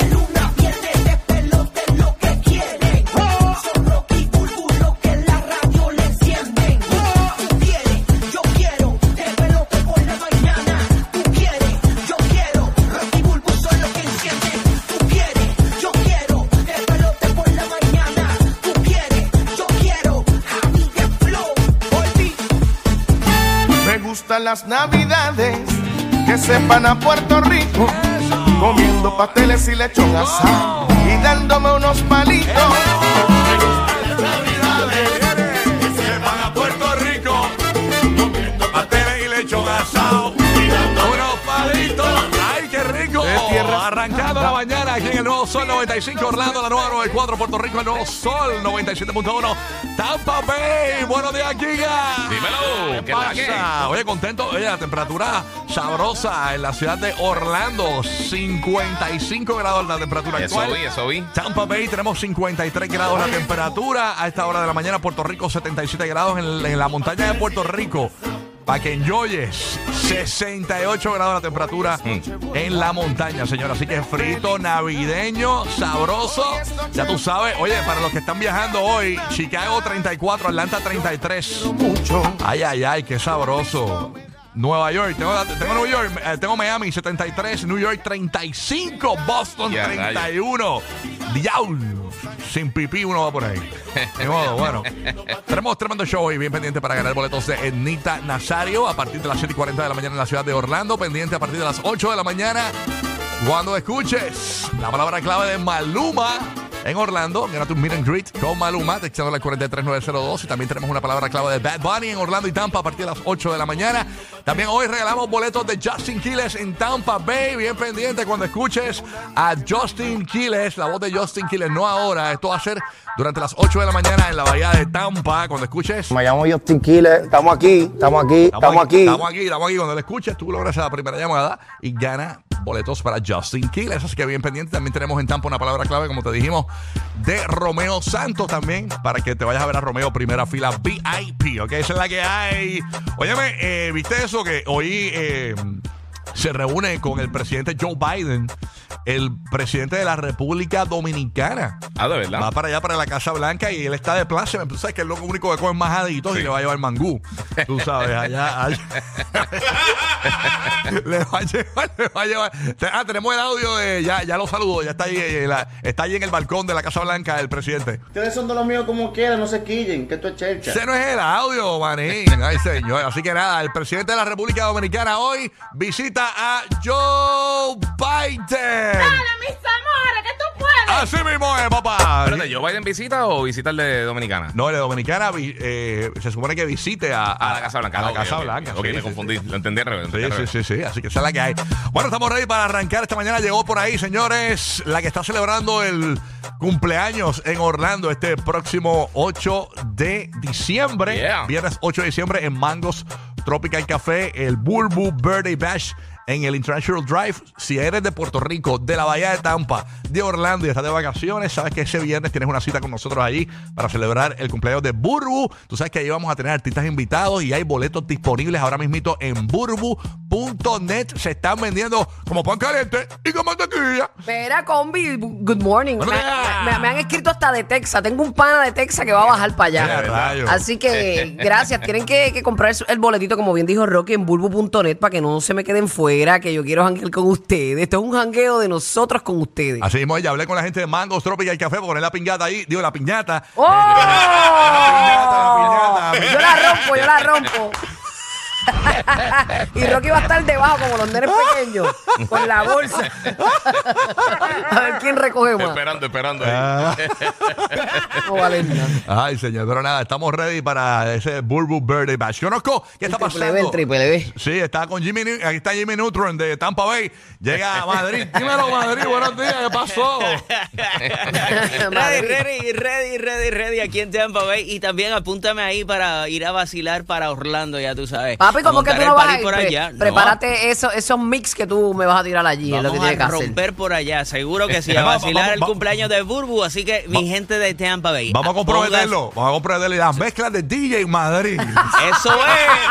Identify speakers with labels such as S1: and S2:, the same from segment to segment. S1: El luna pierde de pelote lo que quiere. Son Rocky Bulbu lo que en la radio le encienden. Tú quieres, yo quiero, el pelote por la mañana. Tú quieres, yo quiero, Rocky Bulbu son los que encienden. Tú quieres, yo quiero, el pelote por la mañana. Tú quieres, yo quiero, Javi de Flow, Olvi.
S2: Me gustan las navidades que sepan a Puerto Rico, comiendo pasteles y lechón asado y dándome unos palitos.
S3: Se van a Puerto Rico comiendo pasteles y lechón asado y dando unos palitos. ¡Ay, qué rico!
S2: tierra.
S3: Arrancando la mañana aquí en el Nuevo Sol 95 Orlando, la nueva 94 Puerto Rico, el Nuevo Sol 97.1 Tampa Bay. Buenos días, Giga.
S4: Dímelo,
S3: ¿Qué
S4: ¿qué la
S3: pasa? Oye, contento. Oye, la temperatura sabrosa en la ciudad de Orlando, 55 grados la temperatura
S4: Eso
S3: actual.
S4: vi, eso vi.
S3: Tampa Bay tenemos 53 grados la temperatura. A esta hora de la mañana, Puerto Rico 77 grados en, en la montaña de Puerto Rico. Para que enjoyes, 68 grados la temperatura en la montaña, señora. Así que frito, navideño, sabroso. Ya tú sabes, oye, para los que están viajando hoy, Chicago 34, Atlanta 33.
S2: Mucho.
S3: Ay, ay, ay, qué sabroso. Nueva York, tengo, tengo Nueva York, eh, tengo Miami 73, New York 35, Boston
S4: Ya,
S3: 31. Diablo, sin pipí uno va por ahí. De modo, bueno. Tenemos tremendo show hoy, bien pendiente para ganar boletos de Ednita Nazario a partir de las 7 y 40 de la mañana en la ciudad de Orlando, pendiente a partir de las 8 de la mañana. Cuando escuches la palabra clave de Maluma en Orlando, gana tu meet and greet con Maluma, textando la 43902. Y también tenemos una palabra clave de Bad Bunny en Orlando y Tampa a partir de las 8 de la mañana. También hoy regalamos boletos de Justin Quiles en Tampa Bay. Bien pendiente cuando escuches a Justin Quiles, la voz de Justin Quiles, no ahora. Esto va a ser durante las 8 de la mañana en la bahía de Tampa. Cuando escuches.
S5: Me llamo Justin Quiles. Estamos aquí, estamos aquí, estamos aquí.
S3: Estamos aquí, estamos aquí. Cuando lo escuches, tú logras la primera llamada y gana boletos para Justin Quiles. Así que bien pendiente. También tenemos en Tampa una palabra clave, como te dijimos, de Romeo Santos también, para que te vayas a ver a Romeo primera fila VIP. Ok, esa es la que hay. Óyeme, eh, ¿viste eso? Que hoy eh, se reúne con el presidente Joe Biden, el presidente de la República Dominicana.
S4: Ah, de
S3: Va
S4: verdad.
S3: para allá, para la Casa Blanca y él está de pláceme. Tú sabes que es lo único que come es majaditos y
S4: Sí.
S3: le va a llevar mangú. Tú sabes, allá. allá- le va a llevar, le va a llevar. Te- Ah, tenemos el audio de. Ya, ya lo saludo, ya está ahí, eh, la- está ahí en el balcón de la Casa Blanca el presidente.
S6: Ustedes son de los míos como quieran, no se quillen, que esto es chercha.
S3: Ese no es el audio, manín. Ay, señor. Así que nada, el presidente de la República Dominicana hoy visita a Joe Biden.
S7: mis amores, que tú puedes.
S3: Así mismo es, papá.
S4: Espérate, ¿Joe Biden visita o visita el de Dominicana?
S3: No, la dominicana vi- eh, se supone que visite a,
S4: A la Casa Blanca. Ah,
S3: A la
S4: Ok,
S3: Casa
S4: ok,
S3: Blanca.
S4: Ok,
S3: sí,
S4: me
S3: sí,
S4: confundí. Lo entendí al revés. lo
S3: Sí,
S4: entendí al
S3: sí,
S4: revés.
S3: sí, sí, así que esa es la que hay. Bueno, estamos ready para arrancar. Esta mañana llegó por ahí, señores, la que está celebrando el cumpleaños en Orlando este próximo 8 de diciembre.
S4: Yeah.
S3: Viernes 8 de diciembre en Mangos Tropical Café, el Bulbu Birthday Bash en el International Drive. Si eres de Puerto Rico, de la Bahía de Tampa, de Orlando y estás de vacaciones, sabes que ese viernes tienes una cita con nosotros allí para celebrar el cumpleaños de Burbu. Tú sabes que ahí vamos a tener artistas invitados y hay boletos disponibles ahora mismito en burbu.net. Se están vendiendo como pan caliente y como mantequilla.
S7: Espera, combi, good morning. Me,
S3: Buenos días.
S7: me- me han escrito hasta de Texas. Tengo un pana de Texas que va a bajar para
S3: Mira, rayos.
S7: allá. Así que, gracias. Tienen que, que comprar su- el boletito, como bien dijo Rocky, en bulbo.net para que no se me queden fuera, que yo quiero janguear con ustedes. Esto es un jangueo de nosotros con ustedes.
S3: Así mismo, ya hablé con la gente de Mangos Tropical Café por poner la piñata ahí. Digo, la piñata.
S7: ¡Oh!
S3: piñata, la piñata.
S7: Yo la rompo, yo la rompo. y Rocky va a estar debajo como los nenes pequeños, con la bolsa. a ver quién recoge más.
S4: Esperando, esperando.
S7: No vale nada.
S3: Ay, señor, pero nada, estamos ready para ese Burbu Birthday Bash. Conozco, ¿qué está
S7: Triple B,
S3: pasando?
S7: el triple B.
S3: Sí, está con Jimmy, Nu- aquí está Jimmy Neutron de Tampa Bay. Llega a Madrid. Dímelo, Madrid. Buenos días. ¿Qué pasó?
S8: Ready, ready, ready, ready, ready aquí en Tampa Bay. Y también apúntame ahí para ir a vacilar para Orlando, ya tú sabes.
S7: Papi, ¿cómo que tú
S8: montar
S7: no
S8: el
S7: vas
S8: party
S7: a ir?
S8: por
S7: Pre-
S8: allá. No,
S7: Prepárate eso- esos mix que tú me vas a tirar allí, es lo que
S8: Vamos
S7: tienes que
S8: a
S7: hacer.
S8: romper por allá, seguro que sí, a
S3: Vamos, vamos,
S8: vacilar el
S3: vamos.
S8: cumpleaños de Burbu, así que mi gente de Tampa Bay.
S3: Vamos a
S8: comprometerlo
S3: comprometerlo. Vamos a comprometerlo. Y Las mezclas de DJ en Madrid.
S8: Eso es.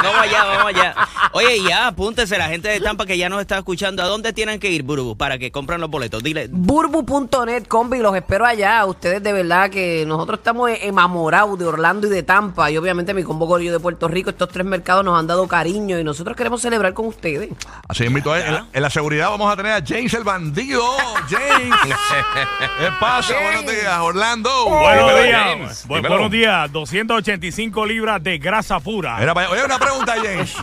S8: Vamos allá, vamos allá. Oye, ya apúntese la gente de Tampa que ya nos está escuchando. ¿A dónde tienen que ir, Burbu, para que compren los boletos? Dile.
S7: Burbu.net, combi, los espero allá. Ustedes de verdad que nosotros estamos enamorados de Orlando y de Tampa. Y obviamente mi combo gorillo de Puerto Rico, estos tres mercados nos han dado cariño y nosotros queremos celebrar con ustedes.
S3: Así invito en, la- en la seguridad vamos a tener a James el bandido. James. ¿Qué pasa? Buenos días, Orlando.
S4: Dímelo,
S9: Buenos
S4: James.
S9: días. Bu-
S4: Dímelo.
S9: buenos días. 285 libras de grasa pura.
S3: Mira, vaya- oye, una pregunta, James.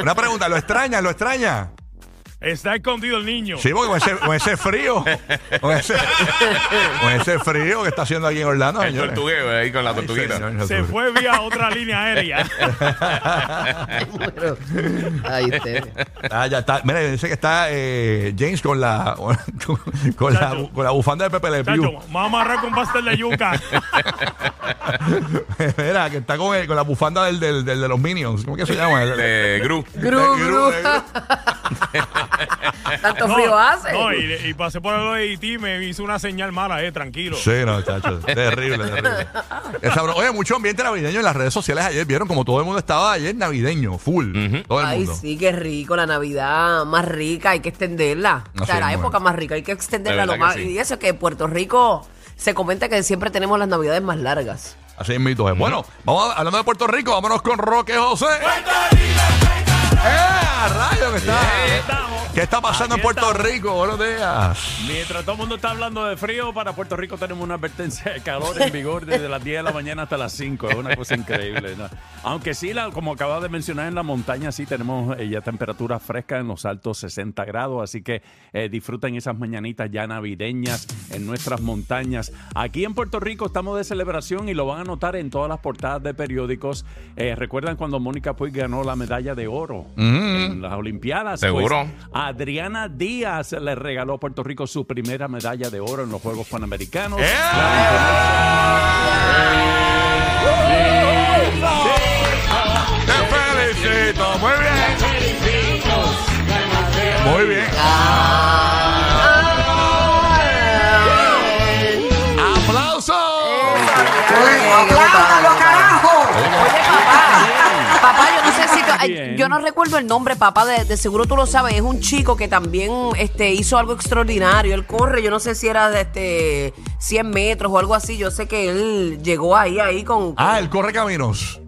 S3: Una pregunta. ¿Lo extraña? ¿Lo extraña?
S9: Está escondido el niño.
S3: Sí, porque con ese, con ese frío. Con ese, con ese frío que está haciendo aquí en Orlando,
S4: El
S3: señores.
S4: tortugueo ahí con la
S3: Ay,
S4: tortuguita.
S3: señor
S9: Se
S3: Jesús.
S9: fue vía otra línea aérea.
S7: Bueno, ahí ustedes.
S3: Ah, ya está. Mira, dice que está eh, James con la, con, con la,
S9: Chacho.
S3: con la bufanda de Pepe Le Pew.
S9: Chacho, vamos a amarrar con pastel de yuca.
S3: Mira, que está con, el- con la bufanda del, del- del de los Minions. ¿Cómo que se llama? El-
S4: De Gru.
S7: Gru, gru. Tanto frío hace.
S9: no, y, y pasé por el OIT me hizo una señal mala, eh, tranquilo.
S3: Sí, no, chacho. Terrible, terrible. Esa bro- Oye, mucho ambiente navideño en las redes sociales ayer. Vieron como todo el mundo estaba ayer navideño, full. Todo el
S7: Ay,
S3: mundo.
S7: sí, qué rico, la Navidad más rica, hay que extenderla. o sea,
S3: Así
S7: la
S3: mismo
S7: época
S3: es.
S7: más rica, hay que extenderla
S4: De
S7: lo
S4: verdad
S7: más.
S4: que sí.
S7: Y eso que Puerto Rico se comenta que siempre tenemos las Navidades más largas.
S3: Así es, mito. Bueno, vamos a- hablando de Puerto Rico, vámonos con Roque José. ¡Eh, rayo que está!
S9: estamos.
S3: ¿Qué está pasando en
S9: Aquí
S3: Puerto
S9: estamos.
S3: Rico? Buenos días.
S9: Mientras todo el mundo está hablando de frío, para Puerto Rico tenemos una advertencia de calor en vigor desde las 10 de la mañana hasta las 5. Es una cosa increíble. ¿no? Aunque sí, la- como acabas de mencionar, en la montaña sí tenemos eh, ya temperaturas frescas en los altos 60 grados. Así que eh, disfruten esas mañanitas ya navideñas en nuestras montañas. Aquí en Puerto Rico estamos de celebración y lo van a notar en todas las portadas de periódicos. Eh, ¿Recuerdan cuando Mónica Puig ganó la medalla de oro en las Olimpiadas? Pues,
S4: Seguro.
S9: Adriana Díaz le regaló a Puerto Rico su primera medalla de oro en los Juegos Panamericanos.
S3: ¡Eh! ¡Te felicito! ¡Muy bien! Muy bien. ¡Aplausos!
S7: ¡Apláudalo, carajo! Oye, papá. Papá, yo no sé si. tú- ay,
S9: Bien.
S7: yo no recuerdo el nombre, papá. De, de seguro tú lo sabes. Es un chico que también este, hizo algo extraordinario. Él corre, yo no sé si era de este, 100 metros o algo así. Yo sé que él llegó ahí, ahí con.
S3: Ah, el corre caminos.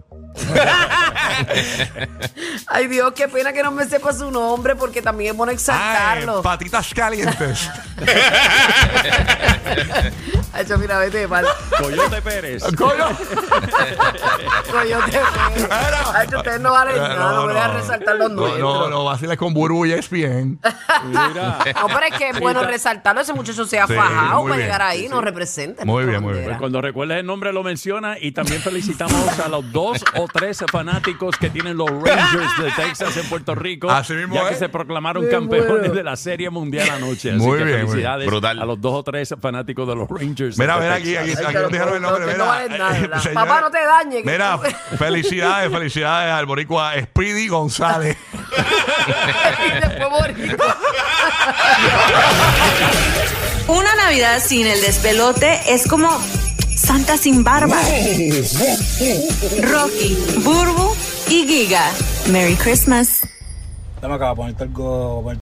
S7: Ay, Dios, qué pena que no me sepa su nombre porque también es bueno exaltarlo.
S3: Ah, eh, patitas calientes.
S7: Ay, yo, mira, vete de mal.
S9: Coyote Pérez.
S3: Coño.
S7: Coyote.
S3: Era.
S7: Ay, ustedes no valen nada. No, voy a resaltar los
S3: no,
S7: nuestros.
S3: no, no, vacilas con Buru y E ESPN.
S9: Mira.
S7: No, pero es que es bueno resaltarlo. Ese muchacho se ha
S3: Sí,
S7: fajado
S3: muy
S7: para
S3: bien.
S7: llegar ahí, nos representa.
S3: Muy
S7: nuestra
S3: bien, muy bien.
S7: bandera.
S9: Pues Cuando recuerdes el nombre lo menciona y también felicitamos a los dos o tres fanáticos que tienen los Rangers de Texas en Puerto Rico,
S3: Así mismo
S9: ya que
S3: es.
S9: se proclamaron campeones de la Serie Mundial anoche. Así
S3: Muy
S9: que
S3: bien, muy bien.
S9: felicidades
S4: Brutal.
S9: a los dos o tres fanáticos de los Rangers.
S3: Mira,
S9: de
S3: mira aquí,
S9: Texas.
S3: aquí,
S7: Ay,
S3: aquí
S7: pero
S3: nos dijeron el
S7: no,
S3: nombre.
S7: que
S3: mira.
S7: no valen nada,
S3: Eh,
S7: ¿verdad?
S3: señores,
S7: Papá, no te dañes, que
S3: Mira,
S7: tú-
S3: felicidades, felicidades al boricua Speedy González.
S7: Y después Boricua.
S1: Una Navidad sin el despelote es como Santa sin barba. Rocky, Burbu y Giga. Merry Christmas.